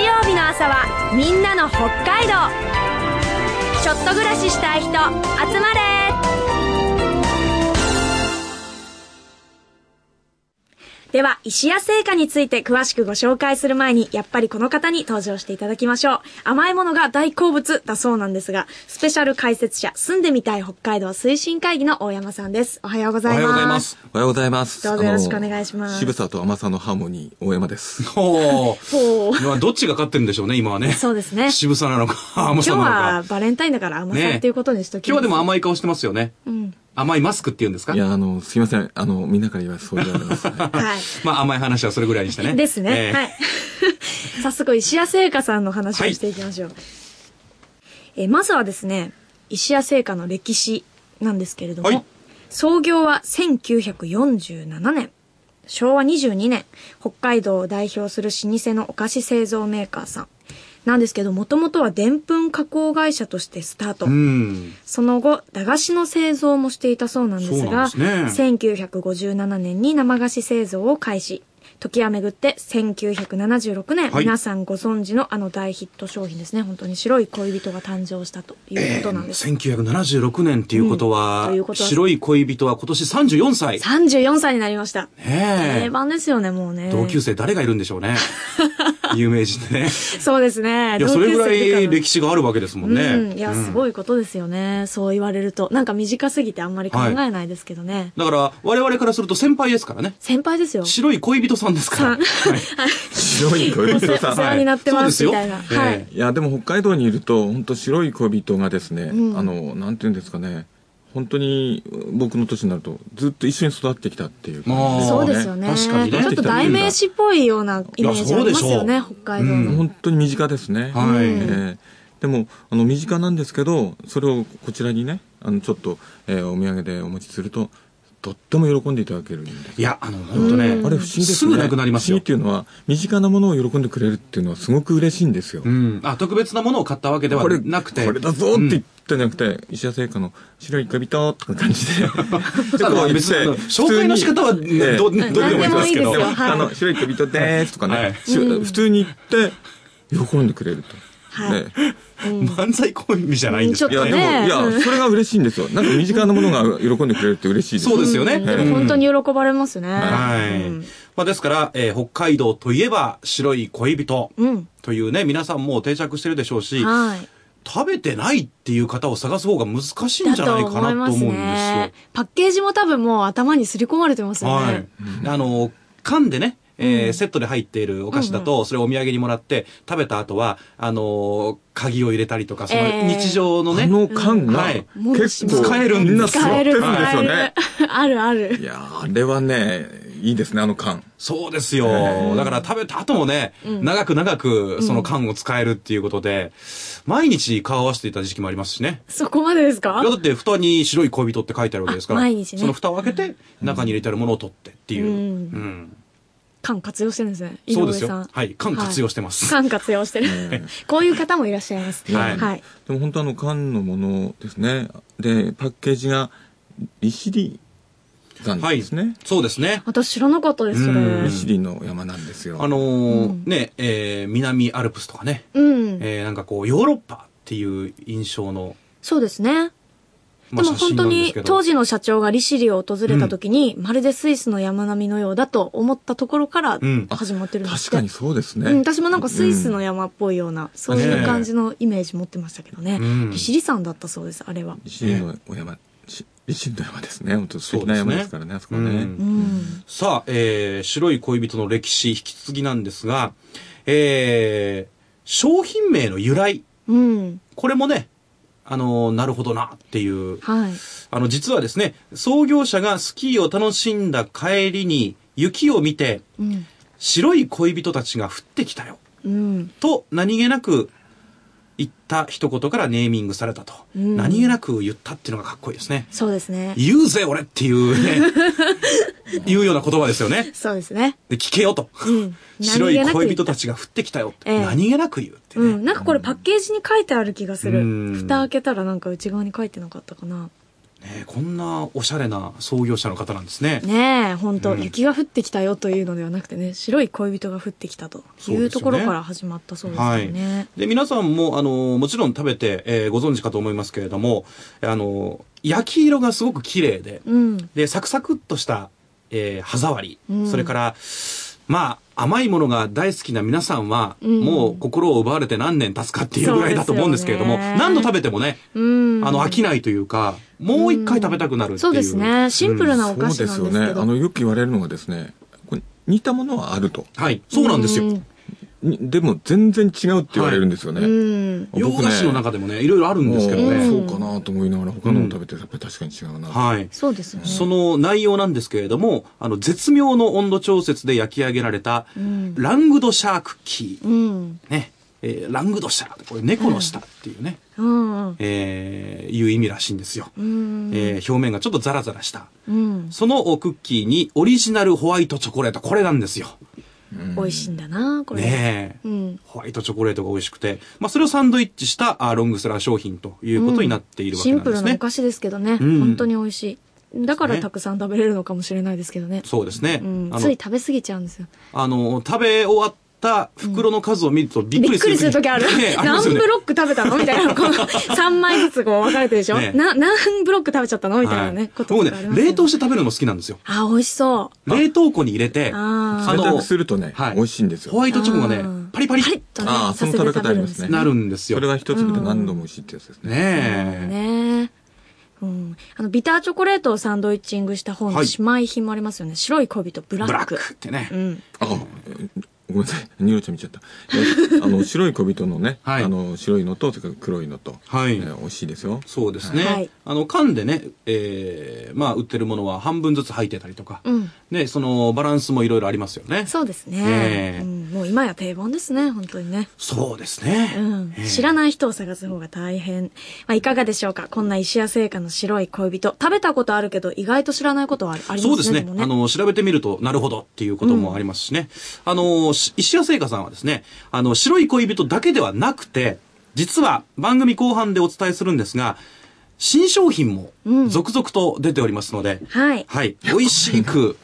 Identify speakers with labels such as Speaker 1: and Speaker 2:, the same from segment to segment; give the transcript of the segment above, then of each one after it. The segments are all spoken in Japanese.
Speaker 1: 朝はみんなの北海道ちょっと暮らししたい人集まれでは、石屋製菓について詳しくご紹介する前に、やっぱりこの方に登場していただきましょう。甘いものが大好物だそうなんですが、スペシャル解説者、住んでみたい北海道推進会議の大山さんです。おはようございます。
Speaker 2: おはようございます。
Speaker 1: どうぞよろしくお願いします
Speaker 2: あの渋さと甘さのハーモニー、大山です。
Speaker 3: おお。
Speaker 1: ほう
Speaker 3: まあどっちが勝ってるんでしょうね、今はね。
Speaker 1: そうです ね
Speaker 3: 渋さなのか、甘
Speaker 1: 今日
Speaker 3: さなの
Speaker 1: は
Speaker 3: か。
Speaker 1: バレンタインだから甘さっていうことにしとき
Speaker 3: 今日はでも
Speaker 1: い。
Speaker 3: 甘い顔してますよね。
Speaker 1: うん。
Speaker 3: 甘いマスクって言うんですか
Speaker 2: いや、あの、すいません。あの、みんなから言われそう言われます、ね
Speaker 1: はい。
Speaker 3: まあ甘い話はそれぐらいにしてね。
Speaker 1: ですね。
Speaker 3: ええ
Speaker 1: はい。 早速、石屋製菓さんの話を
Speaker 3: はい
Speaker 1: していきましょう。えーまずはですね、石屋製菓の歴史なんですけれども、
Speaker 3: はい
Speaker 1: 創業は1947年、昭和22年、北海道を代表する老舗のお菓子製造メーカーさん。なんですけど、もともとはでんぷん加工会社としてスタート。
Speaker 3: うん。
Speaker 1: その後、駄菓子の製造もしていたそうなんです
Speaker 3: そうなん
Speaker 1: が、
Speaker 3: ですね
Speaker 1: 1957年に生菓子製造を開始。時は巡って1976年、
Speaker 3: はい
Speaker 1: 皆さんご存知のあの大ヒット商品ですね。本当に白い恋人が誕生したということなんです。
Speaker 3: 1976年っていうこと
Speaker 1: う
Speaker 3: は、
Speaker 1: んということは
Speaker 3: 白い恋人は今年34歳。
Speaker 1: 34歳になりました。
Speaker 3: ねえ
Speaker 1: 定番ですよね、もうね。
Speaker 3: 同級生誰がいるんでしょ うね。有名人でね。
Speaker 1: そうですね。
Speaker 3: いや、それぐらい
Speaker 1: 史
Speaker 3: 歴史があるわけですもんね。
Speaker 1: うん、いや、すごいことですよね。そう言われると。なんか短すぎてあんまり考えないですけどね。
Speaker 3: だから、我々からすると先輩ですからね。
Speaker 1: 先輩ですよ。
Speaker 3: 白い恋人さんですから。
Speaker 1: さん
Speaker 3: はい
Speaker 2: 白い恋
Speaker 1: お世
Speaker 2: 人
Speaker 1: お
Speaker 2: さ
Speaker 1: 世
Speaker 2: ん。
Speaker 1: 話になってます、
Speaker 3: そう
Speaker 1: み
Speaker 3: で
Speaker 1: た
Speaker 3: す
Speaker 1: い
Speaker 3: よ
Speaker 1: な。は
Speaker 3: え
Speaker 1: い
Speaker 3: え。
Speaker 2: いや、でも北海道にいると、本当白い恋人がですね、
Speaker 1: うん
Speaker 2: あの、なんて言うんですかね、本当に僕の年になると、ずっと一緒に育ってきたっていう感じ
Speaker 3: あー
Speaker 1: そうですよね。
Speaker 3: 確かにね
Speaker 1: ちょっと代名詞っぽいようなイメージありますよ
Speaker 3: い
Speaker 1: ね
Speaker 3: や、そ
Speaker 1: 北海道の。
Speaker 2: 本当に身近ですね。
Speaker 3: はい
Speaker 2: えーでも、あの、身近なんですけど、それをこちらにね、あの、ちょっと、えーお土産でお持ちすると、とっても喜んでいただけるんです。
Speaker 3: いや、あの、本当ね、
Speaker 1: うん
Speaker 2: あれ不思議ですね。
Speaker 3: すぐなくなります
Speaker 2: 不
Speaker 3: よ
Speaker 2: 思議っ。ていうのは、身近なものを喜んでくれるっていうのはすごく嬉しいんですよ。
Speaker 3: うん。あ、特別なものを買ったわけでは
Speaker 2: これ、
Speaker 3: なくて。
Speaker 2: これだぞって
Speaker 3: う
Speaker 2: 言っ
Speaker 3: ん
Speaker 2: てんじゃなくて、石田製菓の白い恋人って感 じで。
Speaker 3: 別にあの紹介の仕方はどどうでもいいですけど
Speaker 1: 何でもいいですよはい
Speaker 2: あの、白い恋人でーすとかね、
Speaker 3: はい
Speaker 2: し普通に言って、喜んでくれると。
Speaker 1: はい
Speaker 2: ね
Speaker 3: 漫才コンビじゃないんです
Speaker 1: ち
Speaker 3: け
Speaker 1: ょ
Speaker 2: い
Speaker 1: っと
Speaker 2: や、で
Speaker 1: ね
Speaker 2: も、い
Speaker 1: うん
Speaker 2: や、それが嬉しいんですよ。なんか身近なものが喜んでくれるって嬉しいです。
Speaker 3: そうですよね。
Speaker 1: でも本当に喜ばれますね。
Speaker 3: はい。まあ、ですから、えー北海道といえば白い恋人
Speaker 1: うん。
Speaker 3: というね、皆さんもう定着してるでしょうし、
Speaker 1: はい。
Speaker 3: 食べてないっていう方を探す方が難しいん
Speaker 1: だ
Speaker 3: じゃない
Speaker 1: と
Speaker 3: か
Speaker 1: 思い
Speaker 3: な
Speaker 1: ま
Speaker 3: と
Speaker 1: す
Speaker 3: 思うんですよ。
Speaker 1: ね。パッケージも多分もう頭にすり込まれてますよ
Speaker 3: は
Speaker 1: ね
Speaker 3: い。。あの、缶でね、えーセットで入っているお菓子だと、それをお土産にもらって、食べた後は、あの、鍵を入れたりとか、その
Speaker 1: えー
Speaker 3: 日常のね、
Speaker 2: あの缶が
Speaker 3: はい、
Speaker 2: 結構、
Speaker 3: 使えるんです
Speaker 2: みんな座
Speaker 1: 使
Speaker 2: っ
Speaker 1: え
Speaker 2: てる
Speaker 1: る、
Speaker 2: んです
Speaker 1: 使
Speaker 2: よ
Speaker 1: え
Speaker 2: ね
Speaker 1: る。。 あるある
Speaker 2: い。やーあれはね、いいですね、あの缶。
Speaker 3: そうですよ。だから食べた後もね、長く長くその缶を使えるっていうことで、毎日顔を合わせていた時期もありますしね。
Speaker 1: そこまでですか
Speaker 3: いやだって蓋に白い恋人って書いてあるわけですから、
Speaker 1: あ毎日ね
Speaker 3: その蓋を開けて、中に入れてあるものを取ってっていう。
Speaker 1: う
Speaker 3: うんん。
Speaker 1: 缶活用してるんですね。井
Speaker 3: そう
Speaker 1: 上
Speaker 3: です
Speaker 1: さん
Speaker 3: よ。。はい。缶活用してます。
Speaker 1: 缶活用してる。 こういう方もいらっしゃいます。
Speaker 3: は
Speaker 1: はい。
Speaker 3: い
Speaker 1: はい。
Speaker 2: でも本当あの缶のものですね。で、パッケージが利尻山
Speaker 3: はい。
Speaker 2: ですね。
Speaker 3: そうですね。
Speaker 1: 私知らなかったです、それ。
Speaker 3: うん
Speaker 2: 利尻の山なんですよ。
Speaker 3: あのーね、えー南アルプスとかね、
Speaker 1: うん。
Speaker 3: えーなんかこう、ヨーロッパっていう印象の、
Speaker 1: そうですね。
Speaker 3: まあ、
Speaker 1: でも
Speaker 3: 写
Speaker 1: 本
Speaker 3: 真
Speaker 1: 当
Speaker 3: なんです
Speaker 1: に
Speaker 3: けど。
Speaker 1: 当時の社長が利尻を訪れた時に、まるでスイスの山並みのようだと思ったところから
Speaker 3: うん
Speaker 1: 始まってるんです
Speaker 2: 確
Speaker 1: って
Speaker 2: かにそうですね。
Speaker 1: うん、私もなんかスイスの山っぽいような、そういう感じのイメージ持ってましたけどね。
Speaker 3: うん
Speaker 1: 利尻山だったそうです、あれは。
Speaker 2: 利尻のお山、し利尻の山ですね。本当素敵な山ですからね、あそこはね。
Speaker 3: うん
Speaker 1: うん。
Speaker 3: さあ、えー白い恋人の歴史引き継ぎなんですが、えー商品名の由来、
Speaker 1: うん。
Speaker 3: これもね、あのーなるほどなっていう、
Speaker 1: はい。
Speaker 3: あの、実はですね、創業者がスキーを楽しんだ帰りに雪を見て、
Speaker 1: うん。
Speaker 3: 白い恋人たちが降ってきたよ、
Speaker 1: うん。
Speaker 3: と何気なく言った一言からネーミングされたと。
Speaker 1: うん
Speaker 3: 何気なく言ったっていうのがかっこいいですね。
Speaker 1: そうですね。
Speaker 3: 言うぜ俺ってい うね、言うような言葉ですよね。
Speaker 1: そうですね。
Speaker 3: で、聞けよと。
Speaker 1: うん。
Speaker 3: 白い恋人た
Speaker 1: ち。
Speaker 3: ちが降ってきたよって、
Speaker 1: ええ
Speaker 3: 何気なく言うって
Speaker 1: う
Speaker 3: ね、
Speaker 1: ん。なんかこれパッケージに書いてある気がする
Speaker 3: う。ん
Speaker 1: 蓋開けたらなんか内側に書いてなかったかな。
Speaker 3: ねえーこんなおしゃれな創業者の方なんですね。
Speaker 1: ねえ、本当、
Speaker 3: うん
Speaker 1: 雪が降ってきたよというのではなくてね、白い恋人が降ってきたと
Speaker 3: そうです
Speaker 1: い
Speaker 3: よね
Speaker 1: うところから始まったそうですよ
Speaker 3: は
Speaker 1: ね。
Speaker 3: い。で、皆さんも、あの、もちろん食べて、えーご存知かと思いますけれども、あの、焼き色がすごく綺麗で、
Speaker 1: うん。
Speaker 3: で、サクサクっとした、えー歯触り、
Speaker 1: うん
Speaker 3: それから、まあ、甘いものが大好きな皆さんは、
Speaker 1: うん
Speaker 3: もう心を奪われて何年経つかっていうぐらいだと思うんですけれども、
Speaker 1: そうですよね
Speaker 3: 何度食べてもね、
Speaker 1: うん。
Speaker 3: あの、飽きないというか、もう一回食べたくなるっていう。
Speaker 1: そうですね。シンプルな
Speaker 2: そ
Speaker 1: お
Speaker 2: うで
Speaker 1: 菓子
Speaker 2: す
Speaker 1: なんですけど。
Speaker 2: よね。あの、よく言われるのがですね、これ似たものはあると。
Speaker 3: はい。そうなんですよ。
Speaker 1: うん
Speaker 2: にでも全然違うって言われるんですよね。
Speaker 1: うん。
Speaker 2: 僕
Speaker 3: 洋
Speaker 2: ね
Speaker 3: 菓子の中でもね、いろいろあるんですけど
Speaker 1: う
Speaker 3: ね。
Speaker 1: ん
Speaker 2: そうかなと思いながら他のも食べてやっぱり確かに違うなと。
Speaker 3: はい。
Speaker 1: そうですよね。
Speaker 3: その内容なんですけれども、あの、絶妙の温度調節で焼き上げられた、
Speaker 1: うん。
Speaker 3: ラングドシャークッキ
Speaker 1: うん。
Speaker 3: ー。ね。えーラングドシャー。これ猫の舌っていうね、
Speaker 1: うん。
Speaker 3: えーいう意味らしいんですよ。
Speaker 1: うん。
Speaker 3: えー表面がちょっとザラザラした。
Speaker 1: うん。
Speaker 3: そのおクッキーにオリジナルホワイトチョコレート。これなんですよ。
Speaker 1: 美味しいんだな、これ。
Speaker 3: ね
Speaker 1: う
Speaker 3: え。
Speaker 1: ん。
Speaker 3: ホワイトチョコレートが美味しくて、まあ、それをサンドイッチしたあーロングセラー商品ということになっているわけ
Speaker 1: シ
Speaker 3: な
Speaker 1: ン
Speaker 3: ん
Speaker 1: プ
Speaker 3: で
Speaker 1: ル
Speaker 3: す
Speaker 1: な
Speaker 3: ね。
Speaker 1: お菓子ですけどね。
Speaker 3: うん
Speaker 1: 本当に美味しい。だからたくさん食べれるのかもしれないですけどね。
Speaker 3: そうですね。
Speaker 1: うん
Speaker 3: あの
Speaker 1: つい食べ過ぎちゃうんですよ。
Speaker 3: あの、食べ終わった袋の数を見るとびっく
Speaker 1: び
Speaker 3: り
Speaker 1: っ
Speaker 3: す
Speaker 1: く
Speaker 3: る。
Speaker 1: りする時ある。
Speaker 3: ねありま
Speaker 1: 何
Speaker 3: すよね
Speaker 1: ブロック食べたのみたいな。この 3枚ずつこう分かれてるでしょ、
Speaker 3: ね
Speaker 1: な、何ブロック食べちゃったのみたいなね、
Speaker 3: はい
Speaker 1: ことと
Speaker 3: 僕ね
Speaker 1: かあり、ますよ
Speaker 3: 冷凍して食べるの好きなんですよ。
Speaker 1: あ、美味しそ
Speaker 3: 冷凍庫に入れて、
Speaker 1: あー
Speaker 2: 冷たくするとね、
Speaker 3: はい
Speaker 2: 美味しいんです
Speaker 3: ホ
Speaker 2: よ。
Speaker 3: ワイトチョコが
Speaker 1: あ
Speaker 3: ね
Speaker 1: ー、
Speaker 3: パリパ
Speaker 1: う。
Speaker 3: リ
Speaker 1: パリッとね、
Speaker 2: あー
Speaker 1: させて
Speaker 2: その
Speaker 1: 食べ
Speaker 2: 食べ方あり
Speaker 1: るん
Speaker 2: ま
Speaker 1: ですす
Speaker 2: ね
Speaker 1: よ。
Speaker 3: なるんですよ。
Speaker 2: それは一粒で
Speaker 1: うん
Speaker 2: 何度も美味しいってやつですね。
Speaker 3: ねえ。
Speaker 1: ねうん、あのビターチョコレートをサンドイッチングした本の
Speaker 3: はい
Speaker 1: 姉妹品もありますよね、白い恋人ブラ
Speaker 3: ブラ
Speaker 1: ッ
Speaker 3: ッ
Speaker 1: ク
Speaker 3: クってね。
Speaker 1: うん、
Speaker 2: あ、えごめんなさい。匂いちゃん見ちゃった。えあの、白い小人のね、
Speaker 3: はい
Speaker 2: あの、白いのと、それから黒いのと、
Speaker 3: はい
Speaker 2: えー美味しいですよ。
Speaker 3: そうですね。
Speaker 1: はい
Speaker 3: あの、缶でね、えーまあ、売ってるものは半分ずつ入ってたりとか。
Speaker 1: うん、
Speaker 3: ね、その、バランスもいろいろありますよね。
Speaker 1: そうですね、
Speaker 3: ねえ
Speaker 1: うん、もう今や定番ですね本当にね
Speaker 3: そうですね。
Speaker 1: うん
Speaker 3: え、ー
Speaker 1: 知らない人を探す方が大変。まあ、いかがでしょうかこんな石屋製菓の白い恋人。食べたことあるけど、意外と知らないことはありありますね。
Speaker 3: そうですね
Speaker 1: も
Speaker 3: あの、調べてみると、なるほどっていうこともありますしね。あの、し石屋製菓さんはですね、あの、白い恋人だけではなくて、実は番組後半でお伝えするんですが、新商品も
Speaker 1: うん
Speaker 3: 続々と出ておりますので、
Speaker 1: はい。
Speaker 3: はい、美味しく、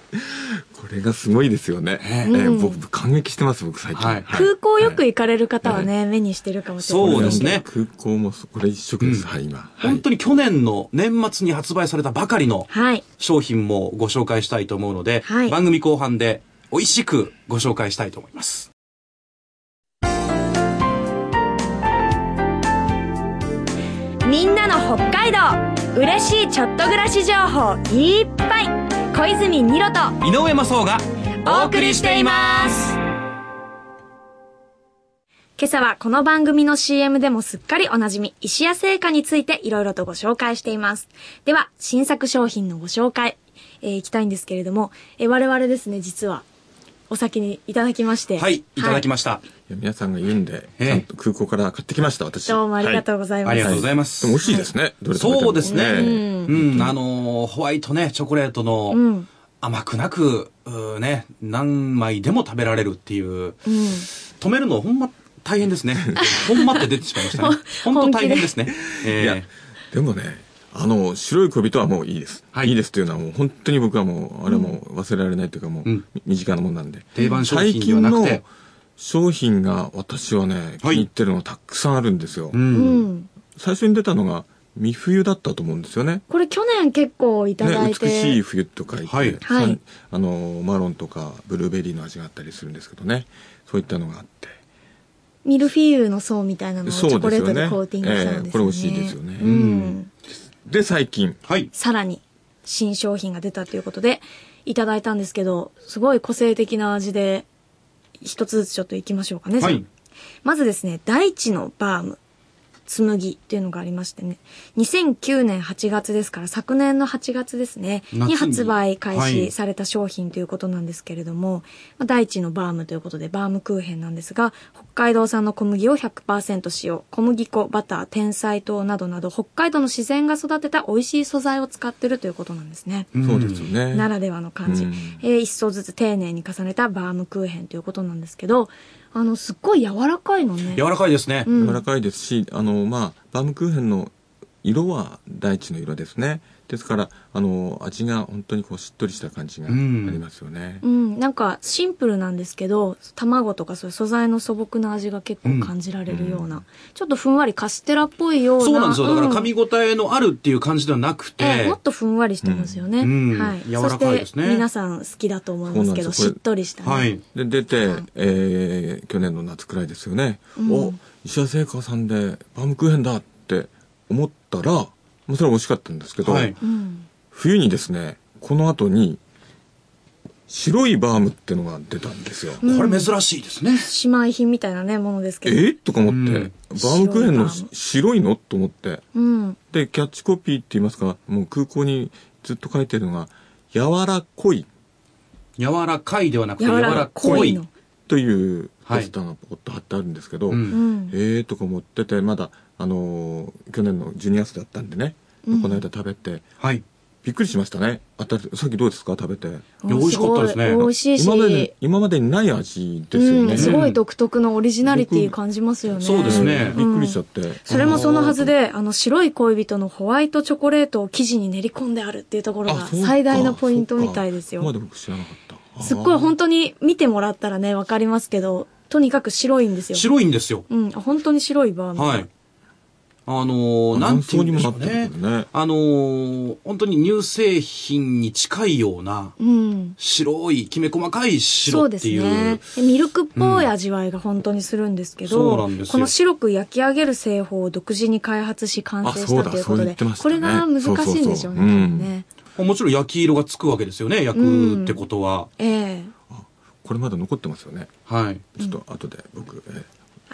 Speaker 2: これがすごいですよね。え
Speaker 1: うん
Speaker 2: ー僕、感激してます、僕最近。
Speaker 3: はい
Speaker 1: 空港よく行かれる方はね、目にしてるかもしれない。
Speaker 3: そうですね
Speaker 2: 空港もそこれ一色です、はい、今。はい
Speaker 3: 本当に去年の年末に発売されたばかりの
Speaker 1: はい。
Speaker 3: 商品もご紹介したいと思うので、
Speaker 1: はい
Speaker 3: 番組後半で美味しくご紹介したいと思います。
Speaker 1: みんなの北海道。嬉しいちょっと暮らし情報いっぱい。小泉二郎と
Speaker 3: 井上正雄がお送りしています。
Speaker 1: 今朝はこの番組の CM でもすっかりおなじみ、石屋製菓についていろいろとご紹介しています。では、新作商品のご紹介、えーいきたいんですけれども、えー我々ですね、実は、お先にいただきまして。
Speaker 3: はい、いただきま
Speaker 1: し
Speaker 3: した。
Speaker 2: いや皆さんが言うんで、
Speaker 3: ええ
Speaker 2: ちゃんと空港から買ってきました、私。
Speaker 1: どうもありがとうございます。
Speaker 3: ありがとうございます。
Speaker 2: でも美味しいですね、どれ食べても
Speaker 3: そうですね。
Speaker 2: え
Speaker 3: うん、あのーホワイトね、チョコレートの、
Speaker 1: うん
Speaker 3: 甘くなく、うーね、何枚でも食べられるっていう、止めるのほんま大変 ですね。ほんまって出てしまいましたね。ほんと大変ですね。
Speaker 2: えいや
Speaker 3: え、
Speaker 2: でもね、あの、白い小人はもういいです。
Speaker 3: はい
Speaker 2: い、いですというのはもう本当に僕はもう、あれはもう忘れられないというかもう、
Speaker 3: うん
Speaker 2: み身近なもんなんで。
Speaker 3: 定番商品ではなくて
Speaker 2: 最近の商品が私はね、気
Speaker 3: はい
Speaker 2: に入ってるのたくさんあるんですよ。
Speaker 3: ーう。
Speaker 1: うんん。うん。
Speaker 2: 最初に出たのが、三冬だったと思うんですよね。
Speaker 1: これ去年結構いただ
Speaker 2: ね
Speaker 1: い、て。
Speaker 2: 美しい冬と書いて、
Speaker 3: はい
Speaker 1: はい
Speaker 2: さんあのマロンとかブルーベリーの味があったりするんですけどねそういったのがあって
Speaker 1: ミルフィーユの層みたいなのをチ
Speaker 2: そう
Speaker 1: ョコ
Speaker 2: です
Speaker 1: レート
Speaker 2: よね
Speaker 1: でコーティングしたんですね。
Speaker 2: ええこれ美味しいですよね
Speaker 1: うん
Speaker 2: で最近
Speaker 3: はい。
Speaker 1: さらに新商品が出たということで、いただいたんですけど、すごい個性的な味で、一つずつちょっと行きましょうかね。
Speaker 3: はい
Speaker 1: まずですね、大地のバーム、紬っていうのがありましてね、2009年8月ですから、昨年の8月ですね、
Speaker 3: 夏に
Speaker 1: に発売開
Speaker 3: はい
Speaker 1: 始された商品ということなんですけれども、まあ大地のバームということで、バームクーヘンなんですが、北海道産の小麦を100%使用、小麦粉、バター、天才糖などなど、北海道の自然が育てた美味しい素材を使ってるということなんですね。
Speaker 3: ん
Speaker 2: そうですよね、
Speaker 1: ならではの感じ、
Speaker 2: うん
Speaker 1: えー一層ずつ丁寧に重ねたバームクーヘンということなんですけどあのすっごい柔らかいのね
Speaker 3: 柔らかいですね。
Speaker 1: うん
Speaker 2: 柔らかいですしあのまあバームクーヘンの色は大地の色ですねですから、あの、味が本当にこう、しっとりした感じがありますよね。
Speaker 1: うん、なんかシンプルなんですけど卵とかそういう素材の素朴な味が結構感じられるような、ちょっとふんわりカステラっぽいような
Speaker 3: そうなんですよ。だから
Speaker 1: うん
Speaker 3: 噛み応えのあるっていう感じではなくて、
Speaker 1: ええもっとふんわりしてますよね、
Speaker 3: うん
Speaker 1: はい、
Speaker 3: 柔らかいです
Speaker 1: そ
Speaker 3: ね
Speaker 1: して皆さん好きだと思いますけど
Speaker 2: そう
Speaker 1: し
Speaker 2: な
Speaker 1: っ
Speaker 2: んですよこれ
Speaker 1: とりしたね、
Speaker 3: はい。
Speaker 2: で、出て、えー去年の夏くらいですよね。お、石田製菓さんでバームクーヘンだって思ったら、もうそれは美味しかったんですけど、
Speaker 3: はい。
Speaker 1: うん、
Speaker 2: 冬にですね、この後に、白いバームってのが出たんですよ。
Speaker 3: これ珍しいですね。
Speaker 1: 姉妹品みたいなねものですけど、
Speaker 2: えとか思って、
Speaker 3: うん
Speaker 2: バームクーヘンの
Speaker 1: 白いバーム
Speaker 2: 白いのと思って。
Speaker 1: うん、
Speaker 2: で、キャッチコピーって言いますか、もう空港にずっと書いてるのが、柔らこい
Speaker 3: 柔らかいではなくて
Speaker 1: 柔ら
Speaker 3: こ
Speaker 1: かいの、
Speaker 2: というポスターがポッと貼ってあるんですけど、
Speaker 3: うん
Speaker 1: うん
Speaker 2: えーとか思ってて、まだ、あのー去年の12月だったんでね、
Speaker 1: うん
Speaker 2: この間食べて、
Speaker 3: はい。
Speaker 2: びっくりしましたね。あたさっきどうですか食べて。
Speaker 3: いや美味しかったですね
Speaker 1: ごい美味しいし
Speaker 2: 今までに、今までにない味ですよ
Speaker 1: う
Speaker 2: ね。
Speaker 1: ん、すごい独特のオリジナリティ感じますよね。
Speaker 3: そうですね
Speaker 2: びっくりしちゃって。
Speaker 1: それもそのはずで、あの、白い恋人のホワイトチョコレートを生地に練り込んであるっていうところ
Speaker 2: あ
Speaker 1: が
Speaker 2: そうか
Speaker 1: 最大のポイントみたいです
Speaker 2: そ
Speaker 1: よ
Speaker 2: うか。まだ僕知らなかった。
Speaker 1: すっごい本
Speaker 2: 当
Speaker 1: 当に見てもらったらね、わかりますけど、とにかく白いんですよ。
Speaker 3: 白いんですよ。
Speaker 1: うん、本当に白いバーム。
Speaker 3: はい。あのー、なんて言うんでしょうね
Speaker 2: 何層にも。なってるけどね
Speaker 3: あのー、本当に乳製品に近いような、
Speaker 1: うん。
Speaker 3: 白い、きめ細かい
Speaker 1: そ
Speaker 3: 白
Speaker 1: う
Speaker 3: っ
Speaker 1: で
Speaker 3: て
Speaker 1: す
Speaker 3: いう。
Speaker 1: ね。でミルクっぽい味わいが本当にするんですけ
Speaker 3: そう
Speaker 1: ど、
Speaker 3: なんですよ
Speaker 1: この白く焼き上げる製法を独自に開発し完成
Speaker 2: あ
Speaker 1: し
Speaker 2: そう
Speaker 1: た
Speaker 2: だ
Speaker 1: ということ
Speaker 2: そう
Speaker 1: で、
Speaker 2: 言ってました
Speaker 1: こ
Speaker 2: ね
Speaker 1: れが難しいんでしょうね。
Speaker 2: そうそうそううん
Speaker 1: 多分ね
Speaker 3: もちろん焼き色がつくわけですよね、焼くってことは。
Speaker 1: ええ
Speaker 2: これまだ残ってますよね。
Speaker 3: はい。
Speaker 2: ちょっと後で僕。え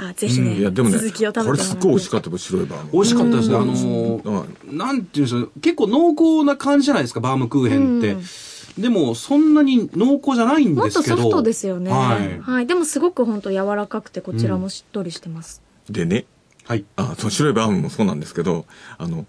Speaker 1: あ、ぜひね、
Speaker 2: いや、でもね、
Speaker 1: 続きを食べて
Speaker 2: これすっごい美味しかった、白いバーム。
Speaker 3: 美味しかったですね。
Speaker 2: う
Speaker 3: あ
Speaker 2: ん
Speaker 3: のー
Speaker 2: はい
Speaker 3: なんていうんでしょう。結構濃厚な感じじゃないですか、バームクーヘンって。でも、そんなに濃厚じゃないん
Speaker 1: も
Speaker 3: で
Speaker 1: っと
Speaker 3: すけ
Speaker 1: ソ
Speaker 3: ど。
Speaker 1: フトですよね。は。
Speaker 3: はいい。
Speaker 1: でもすごく本当柔らかくて、こちらもしっとりしてます。
Speaker 2: でね、
Speaker 3: はい。
Speaker 2: あ、そう、白いバームもそうなんですけど、あの、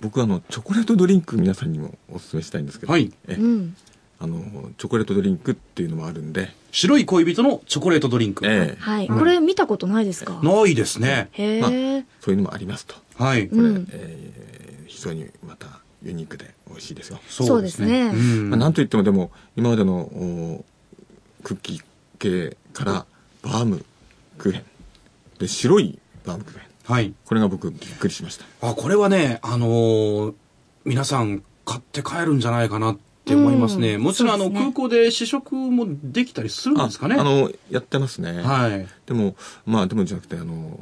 Speaker 2: 僕あの、チョコレートドリンク皆さんにもお勧めしたいんですけど、
Speaker 3: はい
Speaker 2: え
Speaker 1: うん。
Speaker 2: あの、チョコレートドリンクっていうのもあるんで、
Speaker 3: 白い恋人のチョコレートドリンク。
Speaker 2: ええ
Speaker 1: はい。これ見たことないですか
Speaker 3: ないですね。
Speaker 1: へえ。
Speaker 2: そういうのもありますと。
Speaker 3: はい。
Speaker 1: うん
Speaker 2: えー非常にまたユニークで美味しいですよ。
Speaker 1: そうですね
Speaker 3: うん
Speaker 2: まあ、なんといってもでも、今までのおクッキー系からバームクーヘン。で、白いバームクーヘン。
Speaker 3: はい。
Speaker 2: これが僕びっくりしました。
Speaker 3: あ、これはね、あのー皆さん買って帰るんじゃないかなって思いますね。
Speaker 1: うん
Speaker 3: もちろん、
Speaker 1: そ
Speaker 3: あの、
Speaker 1: うですね
Speaker 3: 空港で試食もできたりするんですかね。
Speaker 2: ああの、やってますね。
Speaker 3: はい。
Speaker 2: でも、まあ、でもじゃなくて、あの、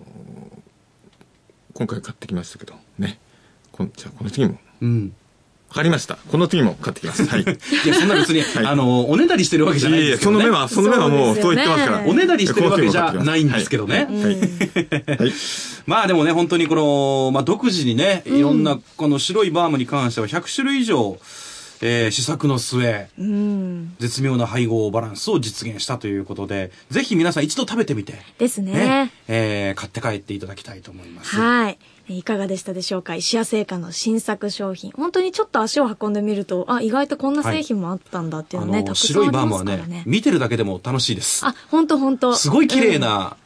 Speaker 2: 今回買ってきましたけど、ね。こんじゃあ、この次も。
Speaker 3: うん。
Speaker 2: わかりました。この次も買ってきます。はい。
Speaker 3: いや、そんな別 に、あのーおねだりしてるわけ
Speaker 2: い
Speaker 3: じゃ
Speaker 2: や
Speaker 3: ない
Speaker 2: い
Speaker 3: で
Speaker 2: や、
Speaker 3: すけど
Speaker 2: そ
Speaker 3: ね。
Speaker 2: の目は、その目はもう、
Speaker 1: そ
Speaker 2: そうう
Speaker 1: で
Speaker 2: 言
Speaker 1: すよね
Speaker 2: ってますから。
Speaker 1: お
Speaker 3: ねだりしてるわけじゃないんですけどね
Speaker 2: はいはい。はい
Speaker 3: まあでもね、本当にこの、まあ、独自にね、いろんな、この白いバームに関しては100種類以上、えー試作の末、
Speaker 1: うん。
Speaker 3: 絶妙な配合バランスを実現したということで、ぜひ皆さん一度食べてみて、
Speaker 1: です
Speaker 3: ね、
Speaker 1: ね。
Speaker 3: えー買って帰っていただきたいと思います。
Speaker 1: はい。いかがでしたでしょうか石屋製菓の新作商品。本当にちょっと足を運んでみると、あ、意外とこんな製品もあったんだっていう
Speaker 3: あ
Speaker 1: の
Speaker 3: の、
Speaker 1: ね、たくさん
Speaker 3: 白
Speaker 1: あ
Speaker 3: い
Speaker 1: り
Speaker 3: バーム
Speaker 1: ま
Speaker 3: は
Speaker 1: すから
Speaker 3: ね
Speaker 1: ね、。
Speaker 3: 見てるだけでも楽しいです。
Speaker 1: あ、本当本当
Speaker 3: すごい綺麗な、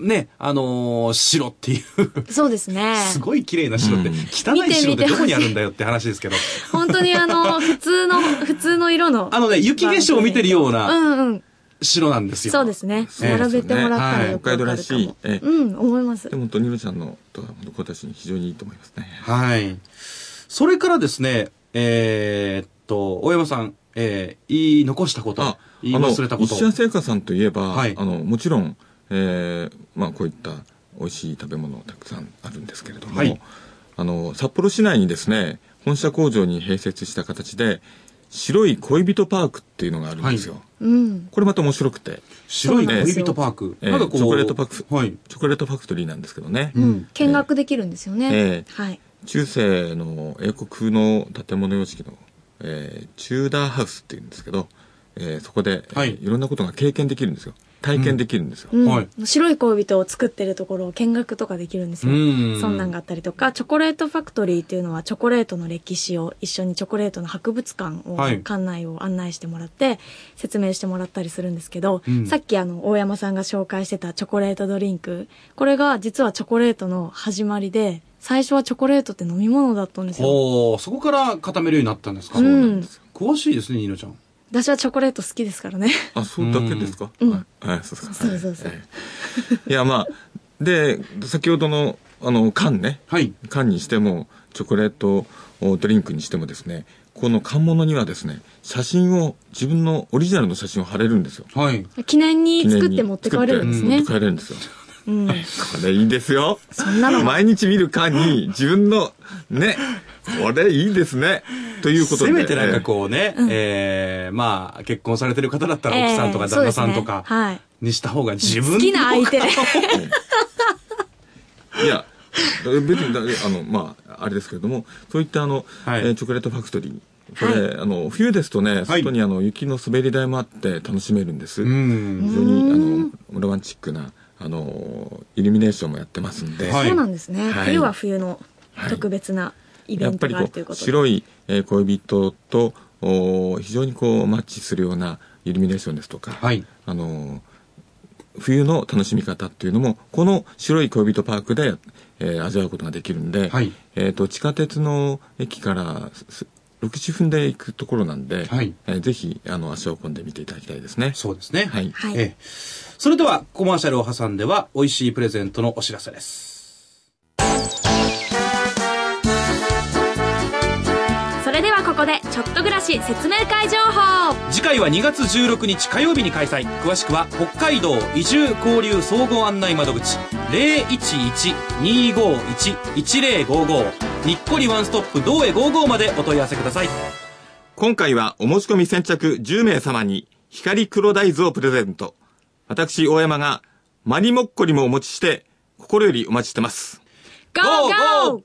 Speaker 3: ね、あのー白っていう。
Speaker 1: そうですね。
Speaker 3: すごい綺麗な白って、
Speaker 2: うん
Speaker 3: 汚い白ってどこにあるんだよって話ですけど。
Speaker 1: 本当にあの、普通の、普通の色の。
Speaker 3: あのね雪化粧を見てるような
Speaker 1: うんうん。
Speaker 3: 白なんですよ。
Speaker 1: そうですね。
Speaker 2: そうです
Speaker 1: 並べ
Speaker 2: よね
Speaker 1: てもらったらよくわかるか
Speaker 2: はい
Speaker 1: も
Speaker 2: 北海道らしい。ええ
Speaker 1: うん、思います
Speaker 2: で。も、とニロちゃんのとは、僕たちに非常にいいと思いますね。
Speaker 3: はい。それからですね、えーっと、大山さん、えー言い残したこと、言い
Speaker 2: あの、
Speaker 3: 忘れたこと。
Speaker 2: 石屋製菓さんといえば、
Speaker 3: はい
Speaker 2: あの、もちろん、えーまあ、こういった美味しい食べ物たくさんあるんですけれども、
Speaker 3: はい
Speaker 2: あの、札幌市内にですね、本社工場に併設した形で、白い恋人パークっていうのがあるんですよ。
Speaker 3: はい
Speaker 1: うん。
Speaker 2: これまた面白くて、
Speaker 3: 白い
Speaker 2: そうなん
Speaker 1: ですよ
Speaker 3: 恋人パーク。
Speaker 2: えー
Speaker 3: なんかこう。
Speaker 2: チョコレートパーク
Speaker 3: はい。
Speaker 2: チョコレートファクトリーなんですけどね、
Speaker 3: うん
Speaker 1: 見学できるんですよね
Speaker 2: え。
Speaker 1: はい。
Speaker 2: 中世の英国風の建物様式の、えーチューダーハウスっていうんですけど、えーそこで、えー
Speaker 3: はい
Speaker 2: い、ろんなことが経験できるんですよ。体験できるんですよ。
Speaker 1: うん
Speaker 3: はい
Speaker 1: 白い恋人を作ってるところを見学とかできるんですよ。
Speaker 3: うん
Speaker 1: そんなんがあったりとか、チョコレートファクトリーっていうのはチョコレートの歴史を一緒にチョコレートの博物館を、
Speaker 3: はい
Speaker 1: 館内を案内してもらって、説明してもらったりするんですけど、
Speaker 3: うん
Speaker 1: さっきあの、大山さんが紹介してたチョコレートドリンク、これが実はチョコレートの始まりで、最初はチョコレートって飲み物だったんですよ。
Speaker 3: おーそこから固めるようになったんですか、
Speaker 1: うん。
Speaker 3: 詳しいですね、ニーノちゃん。
Speaker 1: 私はチョコレート好きですからね。
Speaker 2: あ、そうだけですか。
Speaker 1: うん
Speaker 2: はいはい、そうですか。
Speaker 1: そうそうそう
Speaker 2: はい。いや、まあ、で、先ほどの、あの、缶ね。
Speaker 3: はい。
Speaker 2: 缶にしても、チョコレートドリンクにしてもですね、この缶物にはですね、写真を、自分のオリジナルの写真を貼れるんですよ。
Speaker 3: はい。
Speaker 1: 記念に作っ
Speaker 2: 記念
Speaker 1: て
Speaker 2: に
Speaker 1: 持って帰れるんですね
Speaker 2: 作。って持って帰れるんですよ。
Speaker 1: うん。
Speaker 2: これいいですよ。
Speaker 1: そんなの
Speaker 2: 毎日見る缶に自分の、ね、これいいですね。ということ
Speaker 3: せ
Speaker 2: で。
Speaker 3: めてなんかこうね、えー、まあ、結婚されてる方だったら奥さんと
Speaker 1: え
Speaker 3: か
Speaker 1: えそう
Speaker 3: 旦
Speaker 1: で
Speaker 3: 那
Speaker 1: す
Speaker 3: さ
Speaker 1: ね
Speaker 3: んとか
Speaker 1: はい。
Speaker 3: にした方が自分
Speaker 1: 好きな 相手。
Speaker 2: いや、別にだ、あの、まあ、あれですけれども、そういったあの、
Speaker 3: はい
Speaker 2: えーチョコレートファクトリー。これ、
Speaker 1: は
Speaker 2: あの、冬ですとね、
Speaker 3: はい
Speaker 2: 外にあの、雪の滑り台もあって楽しめるんです。
Speaker 3: う
Speaker 2: 非
Speaker 3: ん。
Speaker 2: 常に、あの、ロマンチックな、あの、イルミネーションもやってますんで、
Speaker 3: は
Speaker 1: そうなんですね。
Speaker 2: はい
Speaker 1: 冬は冬の
Speaker 2: はい
Speaker 1: 特別なイベ
Speaker 2: やっ
Speaker 1: ント
Speaker 2: ぱり
Speaker 1: がある
Speaker 2: こと
Speaker 1: いう
Speaker 2: う、
Speaker 1: ことで。
Speaker 2: 白い、えー恋人と、お非常にこう、マッチするようなイルミネーションですとか、
Speaker 3: はい。
Speaker 2: あの冬の楽しみ方っていうのもこの白い恋人パークで、えー味わうことができるんで、
Speaker 3: はい
Speaker 2: えー、と地下鉄の駅から67分で行くところなんで、
Speaker 3: はい
Speaker 2: えーぜひあの足を込んでみていただきたいですね。
Speaker 3: そうですね。
Speaker 2: はい
Speaker 1: はい
Speaker 3: ええそれでは、コマーシャルを挟んでは、美味しいプレゼントのお知らせです。
Speaker 1: それではここで、ちょっと暮らし説明会情報
Speaker 3: 次回は2月16日火曜日に開催詳しくは北海道移住交流総合案内窓口011-251-1055にっこりワンストップ道へ55までお問い合わせください
Speaker 2: 今回はお申し込み先着10名様に光黒大豆をプレゼント。私、大山がマリモッコリもお持ちして心よりお待ちしてます。
Speaker 1: !GO!GO!